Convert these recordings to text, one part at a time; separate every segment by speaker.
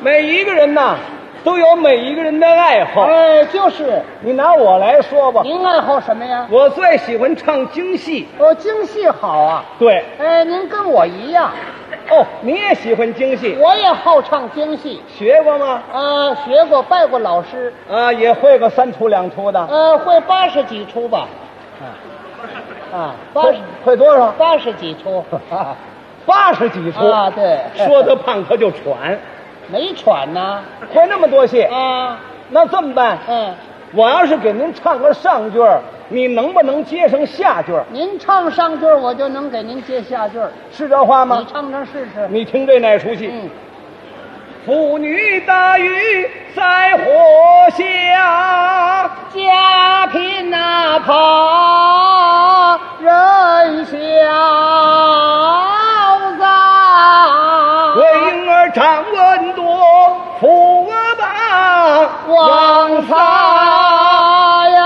Speaker 1: 每一个人呐，都有每一个人的爱好。
Speaker 2: 哎，就是
Speaker 1: 你拿我来说吧，
Speaker 2: 您爱好什么呀？
Speaker 1: 我最喜欢唱京戏。
Speaker 2: 哦，京戏好啊。
Speaker 1: 对，
Speaker 2: 哎，您跟我一样，
Speaker 1: 哦，你也喜欢京戏，
Speaker 2: 我也好唱京戏，
Speaker 1: 学过吗？
Speaker 2: 啊，学过，拜过老师，
Speaker 1: 啊，也会个三出两出的。
Speaker 2: 呃，会八十几出吧？啊，八十
Speaker 1: 会多少？
Speaker 2: 八十几出啊，
Speaker 1: 八十几出。
Speaker 2: 对，
Speaker 1: 说他胖他就喘，
Speaker 2: 没喘呢。
Speaker 1: 会那么多戏。
Speaker 2: 啊，
Speaker 1: 那这么办？
Speaker 2: 嗯，
Speaker 1: 我要是给您唱个上句儿，你能不能接上下句儿？
Speaker 2: 您唱上句儿，我就能给您接下句儿。
Speaker 1: 是这话
Speaker 2: 你
Speaker 1: 吗？
Speaker 2: 唱唱试试。
Speaker 1: 你听这哪出戏？
Speaker 2: 嗯，
Speaker 1: 妇女大鱼在火下，
Speaker 2: 家贫哪怕人小遭，
Speaker 1: 为婴儿长恩多，扶我吧，
Speaker 2: 王法呀！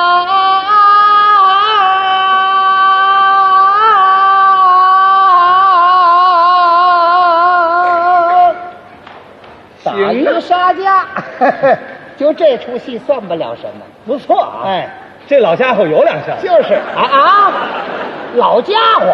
Speaker 2: 打
Speaker 1: 行
Speaker 2: 鱼
Speaker 1: 啊
Speaker 2: 杀家， 就这出戏算不了什么。
Speaker 1: 不错啊！
Speaker 2: 哎，
Speaker 1: 这老家伙有两下子，
Speaker 2: 就是啊啊，老家伙，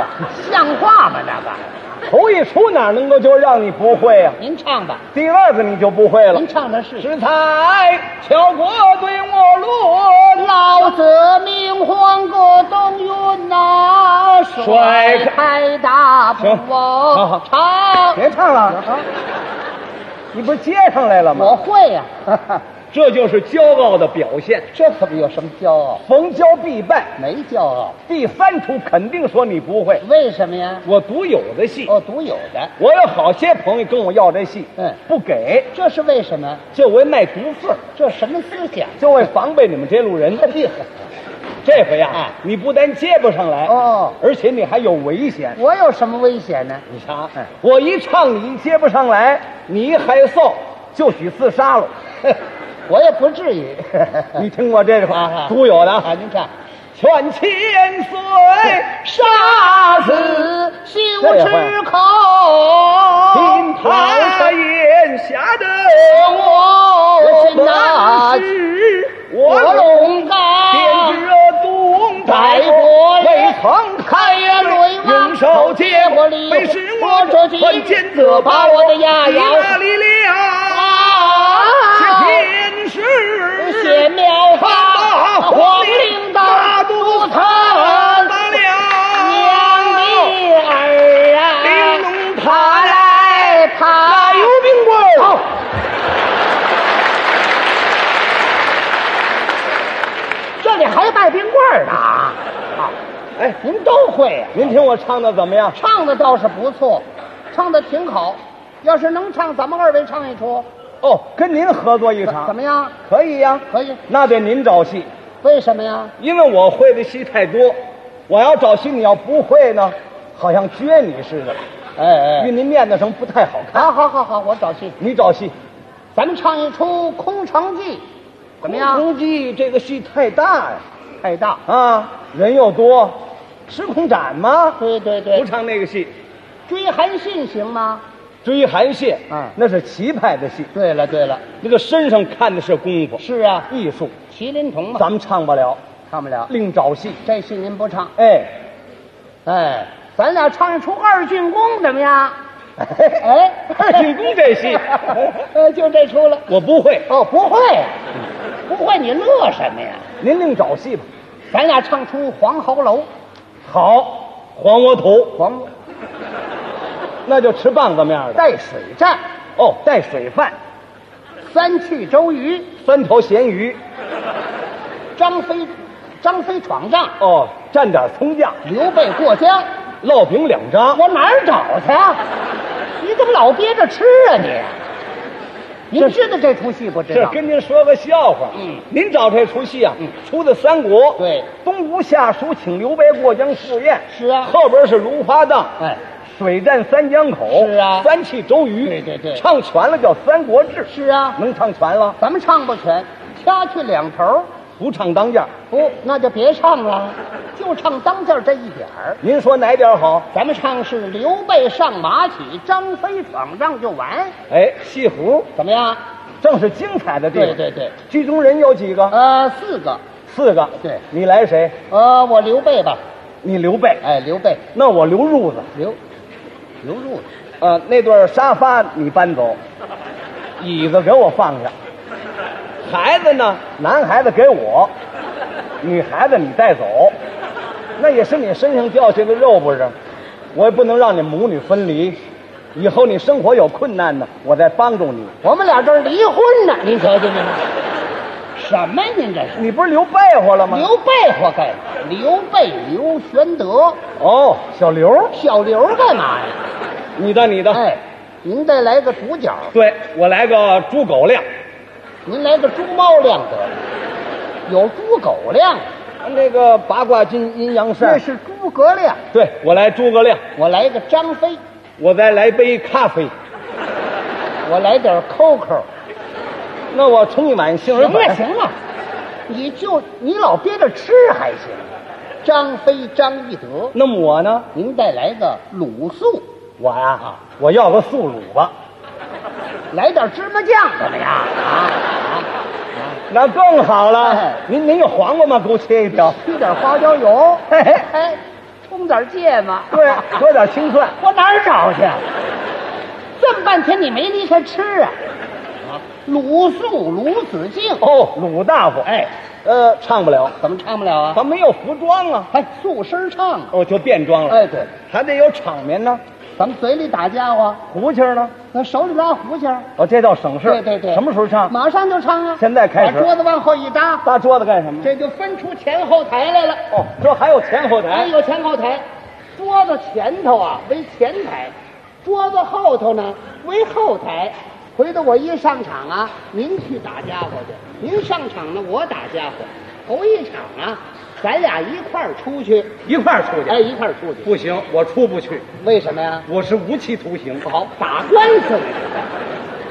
Speaker 2: 像话吗？那个，
Speaker 1: 头一出哪能够就让你不会呀、
Speaker 2: 您唱吧，
Speaker 1: 第二个你就不会了
Speaker 2: 您。唱的是。
Speaker 1: 是才乔国对我落
Speaker 2: 老子命皇国东云呐、
Speaker 1: 甩
Speaker 2: 甩开大步
Speaker 1: 行好好
Speaker 2: 往朝。
Speaker 1: 别唱了，你不是接上来了吗？
Speaker 2: 我会呀、
Speaker 1: 哦 这就是骄傲的表现，
Speaker 2: 这怎么有什么骄傲？
Speaker 1: 逢骄必败。
Speaker 2: 没骄傲，
Speaker 1: 第三出肯定说你不会，
Speaker 2: 为什么呀？
Speaker 1: 我独有的戏，
Speaker 2: 哦，独有的，
Speaker 1: 我有好些朋友跟我要这戏，
Speaker 2: 嗯
Speaker 1: 不给，
Speaker 2: 这是为什么？
Speaker 1: 就为卖毒贩儿，
Speaker 2: 这什么思想？
Speaker 1: 就为防备你们这路人。这回呀、
Speaker 2: 哎
Speaker 1: 你不但接不上来，
Speaker 2: 哦
Speaker 1: 而且你还有危险。
Speaker 2: 我有什么危险呢？
Speaker 1: 你瞧
Speaker 2: 哎，
Speaker 1: 我一唱你一接不上来，你一害臊就许自杀 了。
Speaker 2: 我也不至于。
Speaker 1: 你听过这句
Speaker 2: 啊
Speaker 1: 话
Speaker 2: 啊
Speaker 1: 独有的
Speaker 2: 啊，
Speaker 1: 啊？
Speaker 2: 您唱。
Speaker 1: 劝千 岁
Speaker 2: 杀子羞耻口，
Speaker 1: 金袍在眼下的
Speaker 2: 我心
Speaker 1: 难
Speaker 2: 呐，
Speaker 1: 是我
Speaker 2: 卧龙岗，
Speaker 1: 便知了东
Speaker 2: 百
Speaker 1: 台
Speaker 2: 国
Speaker 1: 未曾
Speaker 2: 开呀雷王，
Speaker 1: 应手接
Speaker 2: 我
Speaker 1: 我
Speaker 2: 礼，
Speaker 1: 非是
Speaker 2: 我
Speaker 1: 我
Speaker 2: 这击
Speaker 1: 关键则
Speaker 2: 把我的牙咬
Speaker 1: 哪里了？
Speaker 2: 啊！
Speaker 1: 天是
Speaker 2: 写庙
Speaker 1: 大
Speaker 2: 法，
Speaker 1: 黄
Speaker 2: 黄
Speaker 1: 陵
Speaker 2: 陵
Speaker 1: 的
Speaker 2: 的
Speaker 1: 杜
Speaker 2: 杜
Speaker 1: 堂
Speaker 2: 堂
Speaker 1: 大
Speaker 2: 娘
Speaker 1: 梁，
Speaker 2: 的儿啊，
Speaker 1: 玲珑
Speaker 2: 爬
Speaker 1: 塔
Speaker 2: 来
Speaker 1: 来
Speaker 2: 爬
Speaker 1: 打油兵棍。
Speaker 2: 这里还卖冰棍儿呢啊！啊
Speaker 1: 哎，
Speaker 2: 您都会呀、
Speaker 1: 您听我唱的怎么样？
Speaker 2: 唱的倒是不错，唱的挺好。要是能唱，咱们二位唱一出，
Speaker 1: 哦，跟您合作一
Speaker 2: 怎怎
Speaker 1: 场，
Speaker 2: 么样？
Speaker 1: 可以呀？
Speaker 2: 可以？
Speaker 1: 那得您找戏，
Speaker 2: 为什么呀？
Speaker 1: 因为我会的戏太多。我要找戏，你要不会呢，好像撅你似的，
Speaker 2: 哎哎
Speaker 1: 与，您面子上不太好看。
Speaker 2: 好好好好，我找戏，
Speaker 1: 你找戏，
Speaker 2: 咱们唱一出《空城计》，怎么样？
Speaker 1: 空计这个戏太大呀，
Speaker 2: 太大。
Speaker 1: 啊，人又多，时空展吗？
Speaker 2: 对对对
Speaker 1: 不，唱那个戏，
Speaker 2: 追韩信行吗？
Speaker 1: 追韩信，
Speaker 2: 嗯
Speaker 1: 那是棋牌的戏，
Speaker 2: 对了对了，
Speaker 1: 那个身上看的是功夫，
Speaker 2: 是啊，
Speaker 1: 艺术，
Speaker 2: 麒麟童嘛，
Speaker 1: 咱们唱不了，
Speaker 2: 唱不了。
Speaker 1: 另找戏。
Speaker 2: 这戏您不唱，
Speaker 1: 哎，，
Speaker 2: 哎，咱俩唱一出二进宫怎么样？哎
Speaker 1: 二进宫这 戏
Speaker 2: 呃，就这出了。
Speaker 1: 我不会，
Speaker 2: 哦，不会，不会，你乐什么呀？
Speaker 1: 您另找戏吧。
Speaker 2: 咱俩唱出黄喉楼，
Speaker 1: 好，还我头，
Speaker 2: 黄
Speaker 1: 那就吃棒子面的。
Speaker 2: 带水战，
Speaker 1: 哦，带水饭，
Speaker 2: 三去周瑜，
Speaker 1: 三条咸鱼，
Speaker 2: 张飞，张飞闯帐，
Speaker 1: 哦，蘸点葱酱，
Speaker 2: 刘备过江，
Speaker 1: 烙饼两张。
Speaker 2: 我哪儿找去啊？你怎么老憋着吃啊你？您知道这出戏不知
Speaker 1: 这
Speaker 2: 道？
Speaker 1: 跟您说个笑话，
Speaker 2: 嗯
Speaker 1: 您找这出戏啊，出的三国，
Speaker 2: 对，
Speaker 1: 东吴下属请刘备过江赴宴，
Speaker 2: 是啊
Speaker 1: 后边是嗯芦花荡，
Speaker 2: 哎，
Speaker 1: 水战三江口，
Speaker 2: 是啊
Speaker 1: 三气周瑜，
Speaker 2: 对对对
Speaker 1: 唱全了叫《三国志》，
Speaker 2: 是啊，
Speaker 1: 能唱全了，
Speaker 2: 咱们唱不全，掐去两头儿，
Speaker 1: 不唱当家。
Speaker 2: 不，那就别唱了，就唱当间这一点儿。
Speaker 1: 您说哪点好？
Speaker 2: 咱们唱是刘备上马匹，张飞闯让就完，
Speaker 1: 哎，戏胡
Speaker 2: 怎么样？
Speaker 1: 正是精彩的地
Speaker 2: 对
Speaker 1: 方。
Speaker 2: 对对，
Speaker 1: 剧中人有几个？
Speaker 2: 呃，四个，
Speaker 1: 四个。
Speaker 2: 对
Speaker 1: 你来谁？
Speaker 2: 呃，我刘备吧，
Speaker 1: 你刘备。
Speaker 2: 哎，刘备，
Speaker 1: 那我刘褥子。
Speaker 2: 刘，刘入子，
Speaker 1: 呃，那对沙发你搬走，椅子给我放下。孩子呢？男孩子给我，女孩子你带走，那也是你身上掉下的肉，不是？我也不能让你母女分离，以后你生活有困难呢，我再帮助你。
Speaker 2: 我们俩这儿离婚呢，您瞧瞧您这，什么呀您这是？
Speaker 1: 你不是刘备活了吗？
Speaker 2: 刘备活该，刘备刘玄德，
Speaker 1: 哦，小刘，
Speaker 2: 小刘干嘛呀？
Speaker 1: 你的你的，
Speaker 2: 哎，您再来个主角，
Speaker 1: 对我来个猪狗亮，
Speaker 2: 您来个猪猫亮得了，有猪狗亮，
Speaker 1: 那个八卦金阴阳
Speaker 2: 这
Speaker 1: 扇，
Speaker 2: 是诸葛亮，
Speaker 1: 对我来诸葛亮，
Speaker 2: 我来个张飞，
Speaker 1: 我再来杯咖啡，
Speaker 2: 我来点 COCO。
Speaker 1: 那我盛一碗杏仁
Speaker 2: 行
Speaker 1: 粉
Speaker 2: 了。行了，你就你老憋着吃还行。张飞、张翼德，
Speaker 1: 那么我呢？啊
Speaker 2: 您再来个鲁肃，
Speaker 1: 我呀、我要个素卤吧，
Speaker 2: 来点芝麻酱怎么样啊？
Speaker 1: 那更好了。
Speaker 2: 哎
Speaker 1: 您您有黄瓜吗？给我切一条
Speaker 2: 啊，。滴点花椒油，
Speaker 1: 嘿嘿
Speaker 2: 哎，冲点芥末。
Speaker 1: 对，搁点青蒜。
Speaker 2: 我哪儿找去？这么半天你没离开吃啊？鲁肃、鲁子敬，
Speaker 1: 哦，鲁大夫，哎，呃，唱不了，
Speaker 2: 怎么唱不了啊？
Speaker 1: 他没有服装啊，
Speaker 2: 哎，素身唱啊。
Speaker 1: 我就变装了。
Speaker 2: 哎，对，
Speaker 1: 还得有场面呢，
Speaker 2: 咱们嘴里打家伙，
Speaker 1: 胡琴呢，
Speaker 2: 那手里拉胡琴儿。
Speaker 1: 哦，这叫省事。
Speaker 2: 对对对，
Speaker 1: 什么时候唱？
Speaker 2: 马上就唱啊！
Speaker 1: 现在开始
Speaker 2: 把桌子往后一搭，
Speaker 1: 搭桌子干什么？
Speaker 2: 这就分出前后台来了。
Speaker 1: 哦，这还有前后
Speaker 2: 哎，
Speaker 1: 台。
Speaker 2: 有前后台，桌子前头啊为前台，桌子后头呢为后台。回头我一上场啊，您去打家伙去；您上场呢，我打家伙。头一场啊，咱俩一块儿出去，
Speaker 1: 一块儿出去。
Speaker 2: 哎，一块儿出去。
Speaker 1: 不行，我出不去，
Speaker 2: 为什么呀？
Speaker 1: 我是无期徒刑。
Speaker 2: 好，打官司呢，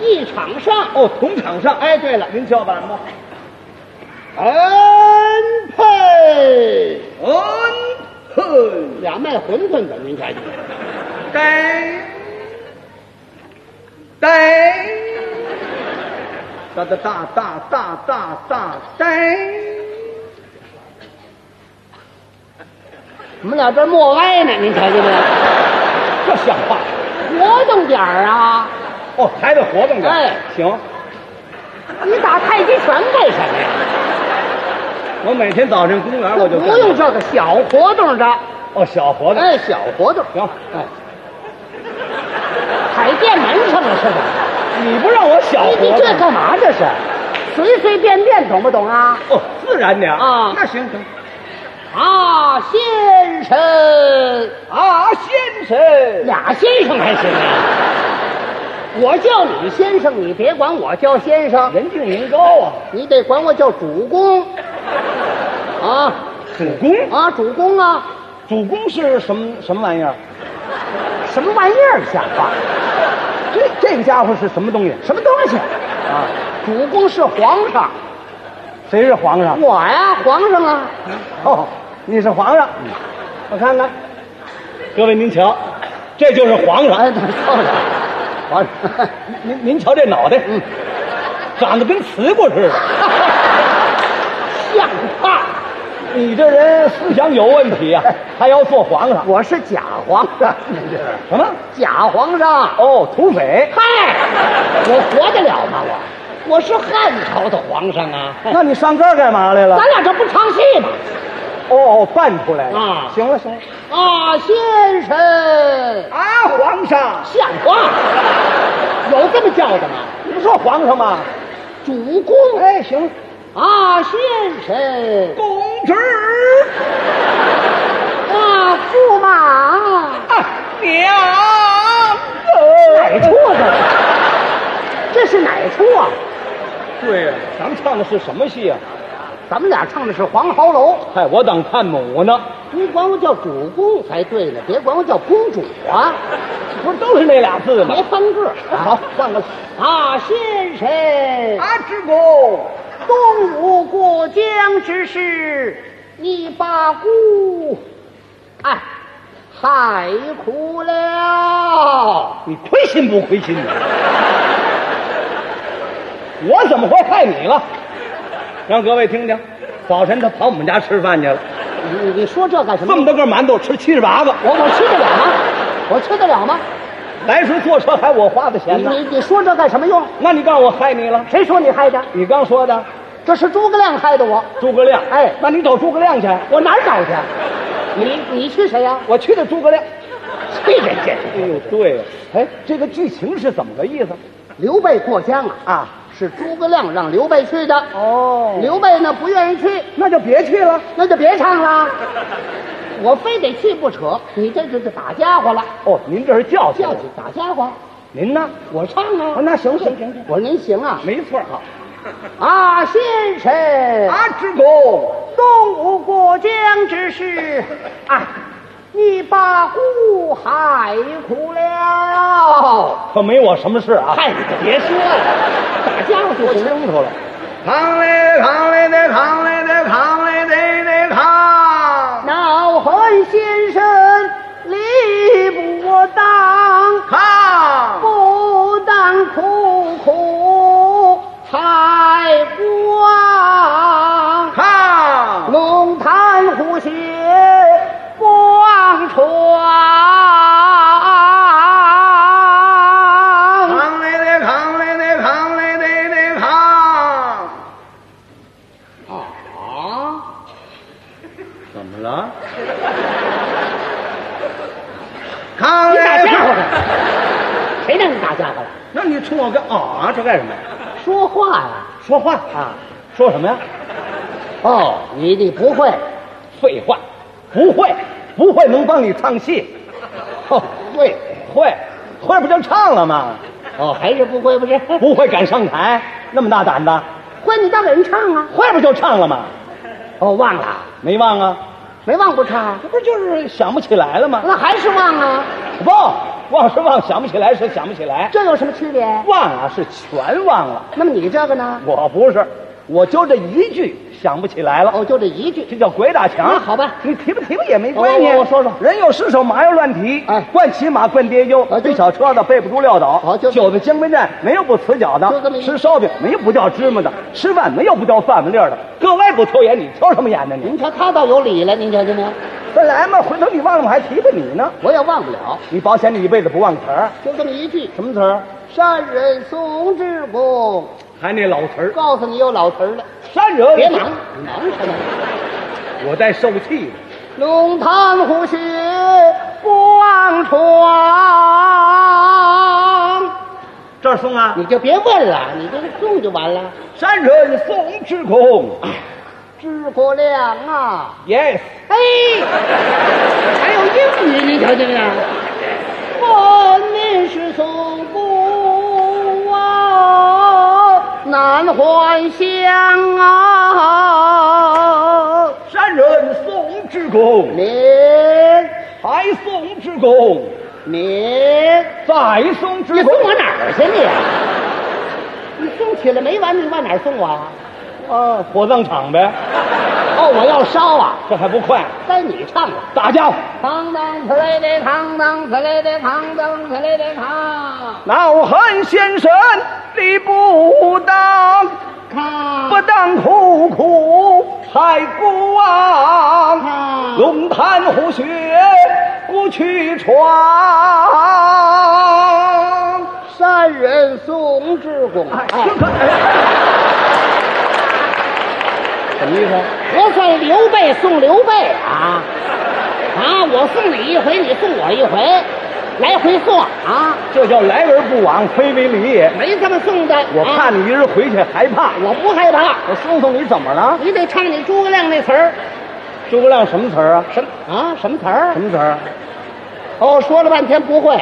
Speaker 2: 一场上。
Speaker 1: 哦，同场上。
Speaker 2: 哎，对了，
Speaker 1: 您叫板吧。
Speaker 2: 安哎配。
Speaker 1: 嗯，哼。
Speaker 2: 俩卖馄饨的，您瞧瞧，
Speaker 1: 呆呆，哒哒哒哒哒哒哒呆。
Speaker 2: 我们俩这儿默哀呢，您瞧瞧这，
Speaker 1: 这像话
Speaker 2: 活动点儿啊！
Speaker 1: 哦，还得活动点。
Speaker 2: 哎，
Speaker 1: 行，
Speaker 2: 你打太极拳干什么呀？
Speaker 1: 我每天早晨公园我就干
Speaker 2: 不用这个小活动的，
Speaker 1: 哦，小活动。
Speaker 2: 哎，小活动，
Speaker 1: 行，
Speaker 2: 哎，海淀门上了是吧？
Speaker 1: 你不让我小活
Speaker 2: 你哎你
Speaker 1: 动，
Speaker 2: 这干嘛这是？随随便便，懂不懂啊？
Speaker 1: 哦，自然点
Speaker 2: 啊
Speaker 1: 那行行
Speaker 2: 啊，先生，
Speaker 1: 啊，先生，
Speaker 2: 俩先生还行啊？我叫你先生，你别管我叫先生。
Speaker 1: 人敬人高啊，
Speaker 2: 你得管我叫主公，啊
Speaker 1: 主公，
Speaker 2: 啊，主公啊，
Speaker 1: 主公是什么什么玩意儿？
Speaker 2: 什么玩意儿像话？
Speaker 1: 这这个家伙是什么东西？
Speaker 2: 什么东西啊？主公是皇上，
Speaker 1: 谁是皇上？
Speaker 2: 我呀，皇上啊，
Speaker 1: 哦，你是皇上，我看看，各位您瞧，这就是皇上。
Speaker 2: 哎，皇上，皇上，
Speaker 1: 您您瞧这脑袋，
Speaker 2: 嗯
Speaker 1: 长得跟瓷瓜似的。
Speaker 2: 像话？
Speaker 1: 你这人思想有问题 啊，还要做皇上？
Speaker 2: 我是假皇上，您这是
Speaker 1: 什么？
Speaker 2: 假皇上？
Speaker 1: 哦，土匪？
Speaker 2: 嗨，我活得了吗？我我是汉朝的皇上啊，
Speaker 1: 那你上这儿干嘛来了
Speaker 2: 咱？俩这不唱戏吗？
Speaker 1: 哦，哦扮出来了。
Speaker 2: 啊
Speaker 1: 行了行了。
Speaker 2: 啊，先生，
Speaker 1: 啊，皇上，
Speaker 2: 像话？有这么叫的吗？
Speaker 1: 你不说皇上吗？
Speaker 2: 主公
Speaker 1: 哎，行了，
Speaker 2: 啊，先生
Speaker 1: 公职
Speaker 2: 啊，驸马，
Speaker 1: 啊娘哎
Speaker 2: 哪处的？这是哪处啊？
Speaker 1: 对呀，咱们唱的是什么戏啊？
Speaker 2: 咱们俩唱的是黄鹤楼，
Speaker 1: 嗨，我等看母呢。
Speaker 2: 你管我叫主公才对呢，别管我叫公主啊，
Speaker 1: 不是都是那俩字吗
Speaker 2: 别？翻个儿
Speaker 1: 好，换个
Speaker 2: 啊，先生
Speaker 1: 阿志公，
Speaker 2: 东吴过江之事，你把孤，哎，害苦了。
Speaker 1: 你亏心不亏心呢？我怎么会害你了？让各位听听，早晨他跑我们家吃饭去了，
Speaker 2: 你你说这干什么？
Speaker 1: 这么大个馒头吃七十八个，
Speaker 2: 我我吃得了吗？我吃得了吗？
Speaker 1: 来时坐车还我花的钱
Speaker 2: 你
Speaker 1: 呢。
Speaker 2: 你你说这干什么用？
Speaker 1: 那你告诉我害你了？
Speaker 2: 谁说你害的？
Speaker 1: 你刚说的
Speaker 2: 这是诸葛亮害的我，
Speaker 1: 诸葛亮，
Speaker 2: 哎
Speaker 1: 那你找诸葛亮去。
Speaker 2: 我哪儿找去？你你去谁呀、
Speaker 1: 我去的诸葛亮。
Speaker 2: 去人家！
Speaker 1: 哎呦，对，哎，这个剧情是怎么个意思？
Speaker 2: 刘备过江啊，
Speaker 1: 啊，
Speaker 2: 是诸葛亮让刘备去的。
Speaker 1: 哦
Speaker 2: 刘备呢不愿意去，
Speaker 1: 那就别去了。
Speaker 2: 那就别 唱了。我非得去不扯，你这就是打家伙了，
Speaker 1: 哦，您这是教训
Speaker 2: 叫
Speaker 1: 我
Speaker 2: 起打家伙。
Speaker 1: 您呢？
Speaker 2: 我唱啊，
Speaker 1: 啊那行行行行
Speaker 2: 我说您行啊，
Speaker 1: 没错好。
Speaker 2: 啊先生，
Speaker 1: 啊，之狗，
Speaker 2: 东吴过江 之事，啊，你把孤海苦了。
Speaker 1: 可没我什么事啊。
Speaker 2: 嗨，你可哎别说了，打家伙就行
Speaker 1: 清楚了。扛嘞，扛嘞的，扛嘞的，扛嘞的的扛，
Speaker 2: 脑痕先生理不当，
Speaker 1: 扛。
Speaker 2: 不当苦苦海光，
Speaker 1: 扛
Speaker 2: 龙潭虎穴光传。
Speaker 1: 扛嘞的，扛嘞的，扛嘞的的扛。
Speaker 2: 啊，
Speaker 1: 怎么了？扛嘞
Speaker 2: 你打架伙
Speaker 1: 扛。
Speaker 2: 了？谁让你打架伙了？
Speaker 1: 那你冲我干啊？这干什么呀？
Speaker 2: 说话呀！
Speaker 1: 说话啊？说什么呀？
Speaker 2: 哦，你你不会。
Speaker 1: 废话，不会，不会能帮你唱戏。
Speaker 2: 哦，对，
Speaker 1: 会，会不就唱了吗？
Speaker 2: 哦，还是不会不是？
Speaker 1: 不会敢上台，那么大胆子，
Speaker 2: 会你倒给人唱啊！
Speaker 1: 会不就唱了吗？
Speaker 2: 哦，忘了，
Speaker 1: 没忘啊？
Speaker 2: 没忘不唱啊？
Speaker 1: 这不就是想不起来了吗？
Speaker 2: 那还是忘啊？
Speaker 1: 忘，忘是忘，想不起来是想不起来。
Speaker 2: 这有什么区别？
Speaker 1: 忘啊是全忘了，
Speaker 2: 那么你这个呢？
Speaker 1: 我不是，我就这一句想不起来了。
Speaker 2: 哦，就这一句。
Speaker 1: 这叫鬼打墙。
Speaker 2: 那好吧
Speaker 1: 你提不提吧也没关系。
Speaker 2: 哦我说说
Speaker 1: 人有失手，马有乱蹄。
Speaker 2: 哎
Speaker 1: 惯骑马，惯跌跤
Speaker 2: 啊，就
Speaker 1: 背小车子背不住撂倒。
Speaker 2: 好就
Speaker 1: 酒的江边站，没有不呲脚
Speaker 2: 就这
Speaker 1: 的；
Speaker 2: 么一
Speaker 1: 吃烧饼，没有不掉芝麻的；吃饭没有不掉饭碗粒儿的。各位不抽烟，你抽什么烟呢你？
Speaker 2: 您瞧他倒有理了，您瞧见没有？
Speaker 1: 本来嘛，回头你忘了我还提拔你呢。
Speaker 2: 我也忘不了，
Speaker 1: 你保险你一辈子不忘词儿，
Speaker 2: 就这么一句。
Speaker 1: 什么词儿？
Speaker 2: 山人送至公，
Speaker 1: 还那老词儿。
Speaker 2: 告诉你有老词儿了，
Speaker 1: 山人，
Speaker 2: 别忙，你忙什么？
Speaker 1: 我在受气呢。
Speaker 2: 龙潭虎穴光传，
Speaker 1: 这儿送啊，
Speaker 2: 你就别问了，你就是送就完了。
Speaker 1: 山人送之空。
Speaker 2: 诸葛亮啊！
Speaker 1: Yes，
Speaker 2: 哎，还有英语，你瞧见没有？我们是祖国啊，南还乡啊，
Speaker 1: 山人送之空。
Speaker 2: 民
Speaker 1: 还送之功，
Speaker 2: 民，
Speaker 1: 再送之
Speaker 2: 你
Speaker 1: 功
Speaker 2: 送。我哪儿去你？你送起来没完，你往哪儿送我啊？
Speaker 1: 啊，火葬场呗，
Speaker 2: 哦，我要烧啊！
Speaker 1: 这还不快？
Speaker 2: 该你唱了。
Speaker 1: 打架，
Speaker 2: 当当呲嘞嘞，当当呲嘞嘞，当当呲嘞嘞，当
Speaker 1: 老汉先生理不当，
Speaker 2: 当。
Speaker 1: 不当苦苦害孤亡，龙潭虎穴不去闯。
Speaker 2: 三人送之公，
Speaker 1: 哎，
Speaker 2: 哎
Speaker 1: 这可 什么意思？
Speaker 2: 我算刘备送刘备啊，啊，我送你一回，你送我一回，来回送啊，
Speaker 1: 这叫来而不往非为礼也。
Speaker 2: 没这么送的。
Speaker 1: 我怕
Speaker 2: 啊
Speaker 1: 你一人回去害怕，
Speaker 2: 我不害怕，
Speaker 1: 我送送你怎么了？
Speaker 2: 你得唱你诸葛亮那词儿，
Speaker 1: 诸葛亮什么词儿啊？
Speaker 2: 什么啊？什么词儿
Speaker 1: 什？么词儿？啊
Speaker 2: 哦，说了半天不会，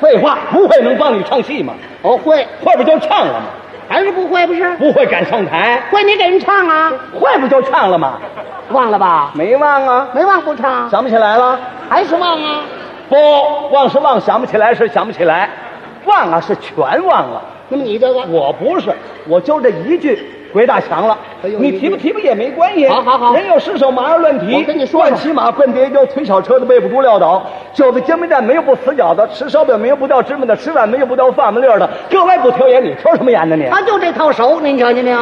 Speaker 1: 废话，不会能帮你唱戏吗？
Speaker 2: 哦会，
Speaker 1: 会不就唱了吗？
Speaker 2: 还是不会不是？
Speaker 1: 不会敢上台，
Speaker 2: 会你给人唱啊？
Speaker 1: 会不就唱了吗？
Speaker 2: 忘了吧？
Speaker 1: 没忘啊，
Speaker 2: 没忘不唱，
Speaker 1: 想不起来了？
Speaker 2: 还是忘啊？
Speaker 1: 不，忘是忘，想不起来是想不起来，忘啊是全忘了。
Speaker 2: 那么你这个
Speaker 1: 我不是，我就这一句，鬼打墙了。
Speaker 2: 哎呦
Speaker 1: 你
Speaker 2: 你
Speaker 1: 提不提不也没关系。
Speaker 2: 好好好
Speaker 1: 人有失手，马上乱提。
Speaker 2: 我跟你说说
Speaker 1: 乱骑马，灌跌跤，推小车子，背不住撂倒。肘子煎饼蛋没有不死饺子，吃烧饼没有不掉芝麻的，吃碗没有不掉饭门粒儿的。各位不挑眼，你挑什么眼呢你？
Speaker 2: 他啊就这套熟，您瞧见没有？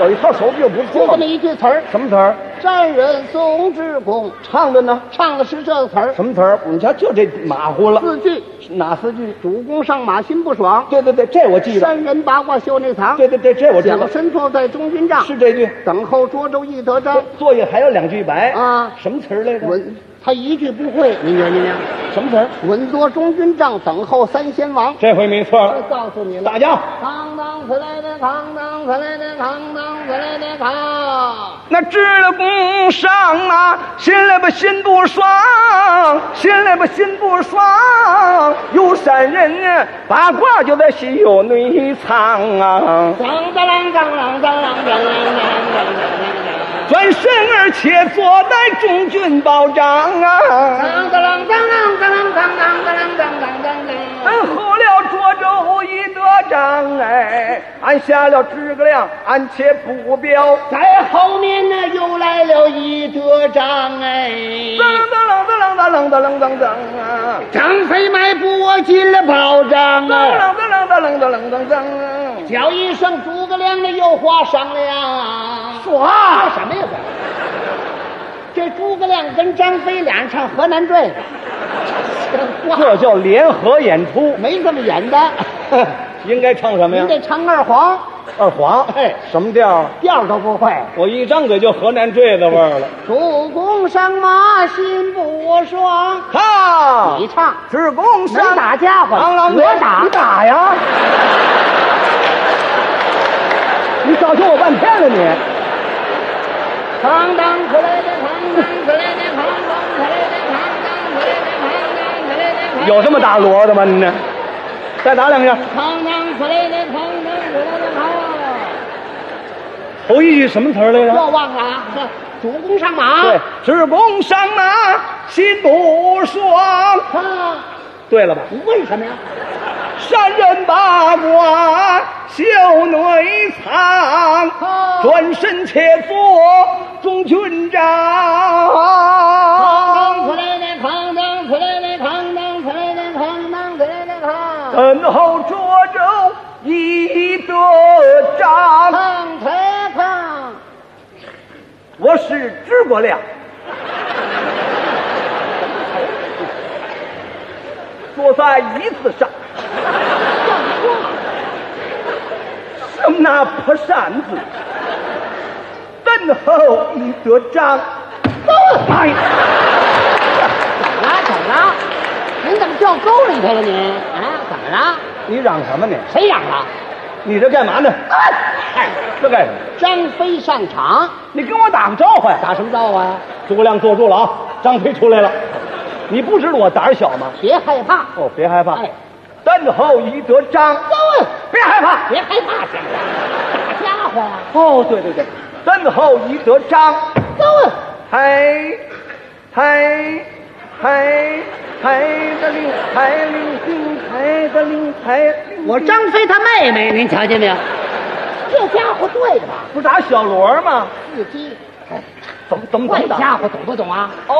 Speaker 1: 有一套手就不
Speaker 2: 就
Speaker 1: 错
Speaker 2: 这么。一句词儿，
Speaker 1: 什么词儿？
Speaker 2: 战人宋之公
Speaker 1: 唱的呢？
Speaker 2: 唱的是这个词儿，
Speaker 1: 什么词儿？你瞧，就这马虎了。
Speaker 2: 四句：
Speaker 1: 哪四句？
Speaker 2: 主公上马心不爽，
Speaker 1: 对对对，这我记得。
Speaker 2: 山人八卦修内藏，
Speaker 1: 对对对，这我知道
Speaker 2: 脚。伸坐在中军帐，
Speaker 1: 是这句。
Speaker 2: 等候涿州一得章。
Speaker 1: 作业还有两句白
Speaker 2: 嗯啊
Speaker 1: 什么词儿来着？
Speaker 2: 稳，他一句不会，您瞧见没有？
Speaker 1: 什么词儿？
Speaker 2: 稳坐中军帐，等候三仙王。
Speaker 1: 这回没错
Speaker 2: 我
Speaker 1: 了。
Speaker 2: 告诉你哎了
Speaker 1: 大。家，
Speaker 2: 扛当此来的扛当此来的扛当此来的扛。
Speaker 1: 那支了弓上啊，心来吧心不爽，心来吧心不爽。有三人啊，八卦就在西游内藏啊，
Speaker 2: 当当啷当啷当啷当啷当啷
Speaker 1: 转身而且坐在中军保障啊。
Speaker 2: 当啷当啷当啷当啷当啷当啷当当当当。
Speaker 1: 俺后了涿州一得章哎，俺下了诸葛亮，俺且不表。
Speaker 2: 在后面呢，又来了一德章哎
Speaker 1: 噔噔噔噔噔噔。噔噔噔噔啊！
Speaker 2: 张飞迈步我进了宝
Speaker 1: 噔噔噔噔噔
Speaker 2: 帐啊，
Speaker 1: 噔噔噔噔啊！
Speaker 2: 叫一声诸葛亮的又画上了呀。
Speaker 1: 说
Speaker 2: 干什么呀？这这诸葛亮跟张飞俩人唱《河南坠》，哇，
Speaker 1: 这叫联合演出，
Speaker 2: 没这么演的。
Speaker 1: 应该唱什么
Speaker 2: 你
Speaker 1: 呀？
Speaker 2: 得唱二黄，
Speaker 1: 二黄，
Speaker 2: 哎
Speaker 1: 什么调？
Speaker 2: 调都不会。
Speaker 1: 我一张嘴就河南坠子味儿了。
Speaker 2: 主公上马心不爽，
Speaker 1: 哈
Speaker 2: 你，唱
Speaker 1: 只公
Speaker 2: 没打家伙，
Speaker 1: 郎郎
Speaker 2: 我打
Speaker 1: 你打呀！ 你找求我半天了你，
Speaker 2: 当当可来的当当可来的当当可来的当当可来的当当可来 的
Speaker 1: 有这么打锣的吗？你呢？再打两下。
Speaker 2: 当当可来的当当可来的
Speaker 1: 头一句什么词儿来着？
Speaker 2: 又忘了啊，主公上马，
Speaker 1: 对，只公上马心不爽。
Speaker 2: 啊，
Speaker 1: 对了吧？
Speaker 2: 你为什么呀？
Speaker 1: 山人八卦秀内藏，
Speaker 2: 好
Speaker 1: 转身且坐中军
Speaker 2: 扛
Speaker 1: 帐。
Speaker 2: 出来的，扛当出来的，扛当出来的，扛当出来的，扛。
Speaker 1: 等候涿州一得章，
Speaker 2: 扛抬扛，
Speaker 1: 我是诸葛亮。坐在椅子上，手拿破扇子，等候一得章。哎
Speaker 2: 怎么了？怎么了？您怎么掉沟里去了？您啊，怎么了？
Speaker 1: 你嚷什么你？
Speaker 2: 谁嚷了？
Speaker 1: 你这干嘛呢？哎，这干什么？
Speaker 2: 张飞上场，
Speaker 1: 你跟我打个招呼呀！
Speaker 2: 打什么招呼啊？
Speaker 1: 诸葛亮坐住了啊！张飞出来了，你不知道我胆儿小吗？
Speaker 2: 别害怕，
Speaker 1: 哦，别害怕
Speaker 2: 哎，
Speaker 1: 丹后一得张，
Speaker 2: 走，啊
Speaker 1: 别害怕。
Speaker 2: 别害怕，行了，打家伙呀，
Speaker 1: 哦，对对对，丹后一得张，
Speaker 2: 走，啊
Speaker 1: 嘿，嘿，嘿，嘿的令，嘿令令，嘿的令，嘿。
Speaker 2: 我张飞他妹妹，您瞧见没有？这家伙对的吧？
Speaker 1: 不打小锣吗？
Speaker 2: 自己，
Speaker 1: 怎么怎么
Speaker 2: 坏
Speaker 1: 怎么打？
Speaker 2: 家伙，懂不懂啊？
Speaker 1: 哦，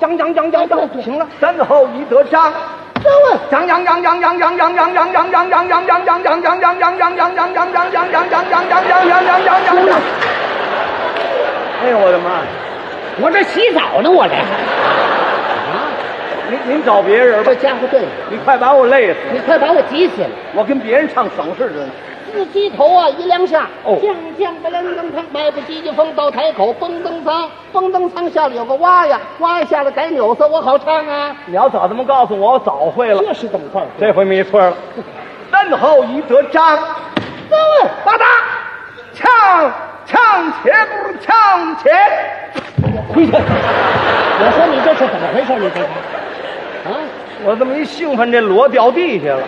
Speaker 1: 张张张张
Speaker 2: 哎对
Speaker 1: 张，
Speaker 2: 对
Speaker 1: 行了，丹后一得张。
Speaker 2: 走啊！
Speaker 1: 羊羊羊羊羊羊羊羊羊羊羊羊羊羊羊羊羊羊羊羊羊羊羊羊羊羊羊羊羊羊羊羊羊羊。哎呦我的妈！
Speaker 2: 我这洗澡呢，我这。啊
Speaker 1: 您您找别人吧
Speaker 2: 这，家伙对了，
Speaker 1: 你快把我累死！
Speaker 2: 你快把我急死了！
Speaker 1: 我跟别人唱省事的，
Speaker 2: 四鸡头啊，一两下，
Speaker 1: 哦
Speaker 2: 降降不楞登腾，迈步急急风到台口，蹦登仓，蹦登仓下里有个洼呀，洼下了改柳色，我好唱啊！
Speaker 1: 你要早这么告诉我，我早会了。
Speaker 2: 这是怎么回事？
Speaker 1: 这回没错了。丹后一得张，八达，抢抢且不如抢且。回去！
Speaker 2: 我说你这是怎么回事？你这是啊？
Speaker 1: 我这么一兴奋，这锣掉地下了。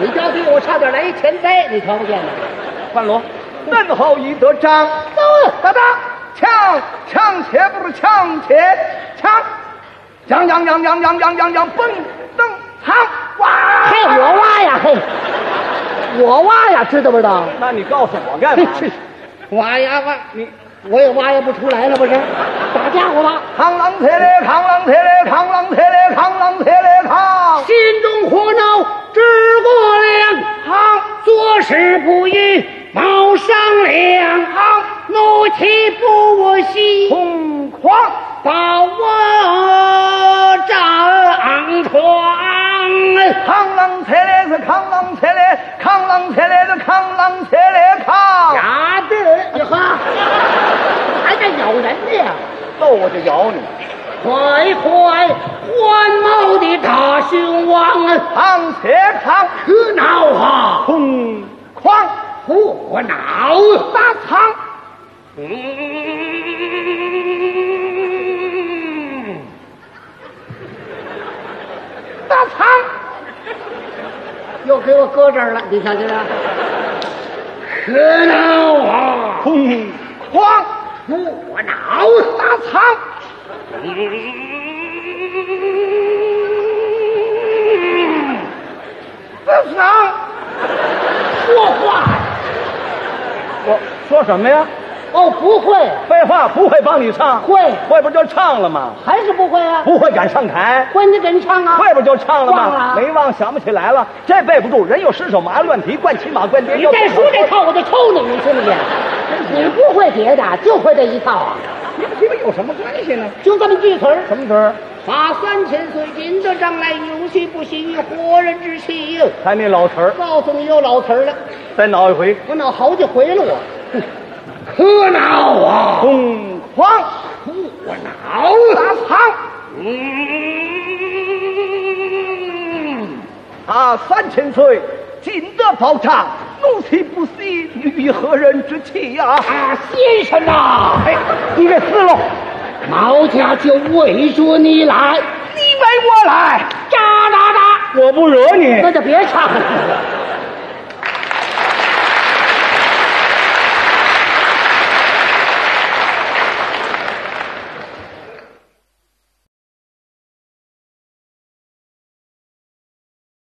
Speaker 2: 你着急，我差点来一前栽，你瞧不见吗？
Speaker 1: 换锣，丹后一得张。
Speaker 2: 走啊！
Speaker 1: 大大抢抢且不是抢且抢，抢抢抢抢抢抢抢抢蹦蹬抢哇！
Speaker 2: 嘿，我挖呀，嘿，我挖呀，知道不知道？
Speaker 1: 那你告诉我干嘛？
Speaker 2: 这挖呀挖，你我也挖呀不出来了，不是？打家伙吧，
Speaker 1: 扛啷铁嘞，扛啷铁嘞，扛啷铁嘞，扛啷铁嘞，扛！
Speaker 2: 心中火恼直过梁，好，做事不依卯上梁，好，怒气不我心，
Speaker 1: 空旷，
Speaker 2: 把我长床。
Speaker 1: 扛啷铁嘞是扛啷铁嘞，扛啷铁嘞是扛啷铁嘞，扛！
Speaker 2: 假的，你哈， 还敢咬人的呀？
Speaker 1: 揍我就咬你！
Speaker 2: 快快换帽的大雄王啊，
Speaker 1: 扛铁扛，
Speaker 2: 可恼哈！
Speaker 1: 空旷，
Speaker 2: 火恼啊大仓。嗯，大仓又给我搁这儿了，你瞧见没？可恼啊！
Speaker 1: 空旷，
Speaker 2: 火恼大仓。嗯，
Speaker 1: 大仓。
Speaker 2: 说话
Speaker 1: 我说什么呀？
Speaker 2: 哦，不会，
Speaker 1: 废话，不会帮你唱，
Speaker 2: 会
Speaker 1: 会不就唱了吗？
Speaker 2: 还是不会啊？
Speaker 1: 不会敢上台，
Speaker 2: 会你给人唱啊？
Speaker 1: 会不就唱了吗？
Speaker 2: 忘了啊
Speaker 1: 没忘，想不起来了，这背不住。人有失手，麻了乱蹄，惯骑马，惯爹。
Speaker 2: 你再说这套，我就抽你！你信不信？ 你不会别的，就会这一套啊！
Speaker 1: 你跟这个有什么关系呢？
Speaker 2: 就这么句词儿：
Speaker 1: 什么词儿？
Speaker 2: 法三千岁，银得上来，有须不行，活人之气。
Speaker 1: 还那老词儿，
Speaker 2: 告诉你，有老词儿了，
Speaker 1: 再闹一回。
Speaker 2: 我脑好几回了，我。 可恼啊！
Speaker 1: 空旷，
Speaker 2: 我恼了，操！嗯。
Speaker 1: 啊，三千岁，尽得饱尝，怒其不息，与何人之气呀、
Speaker 2: 啊，先生啊，
Speaker 1: 哎，你给撕了，
Speaker 2: 毛家就围着你来，
Speaker 1: 你来我来，
Speaker 2: 喳喳喳，
Speaker 1: 我不惹你。
Speaker 2: 那就别唱了。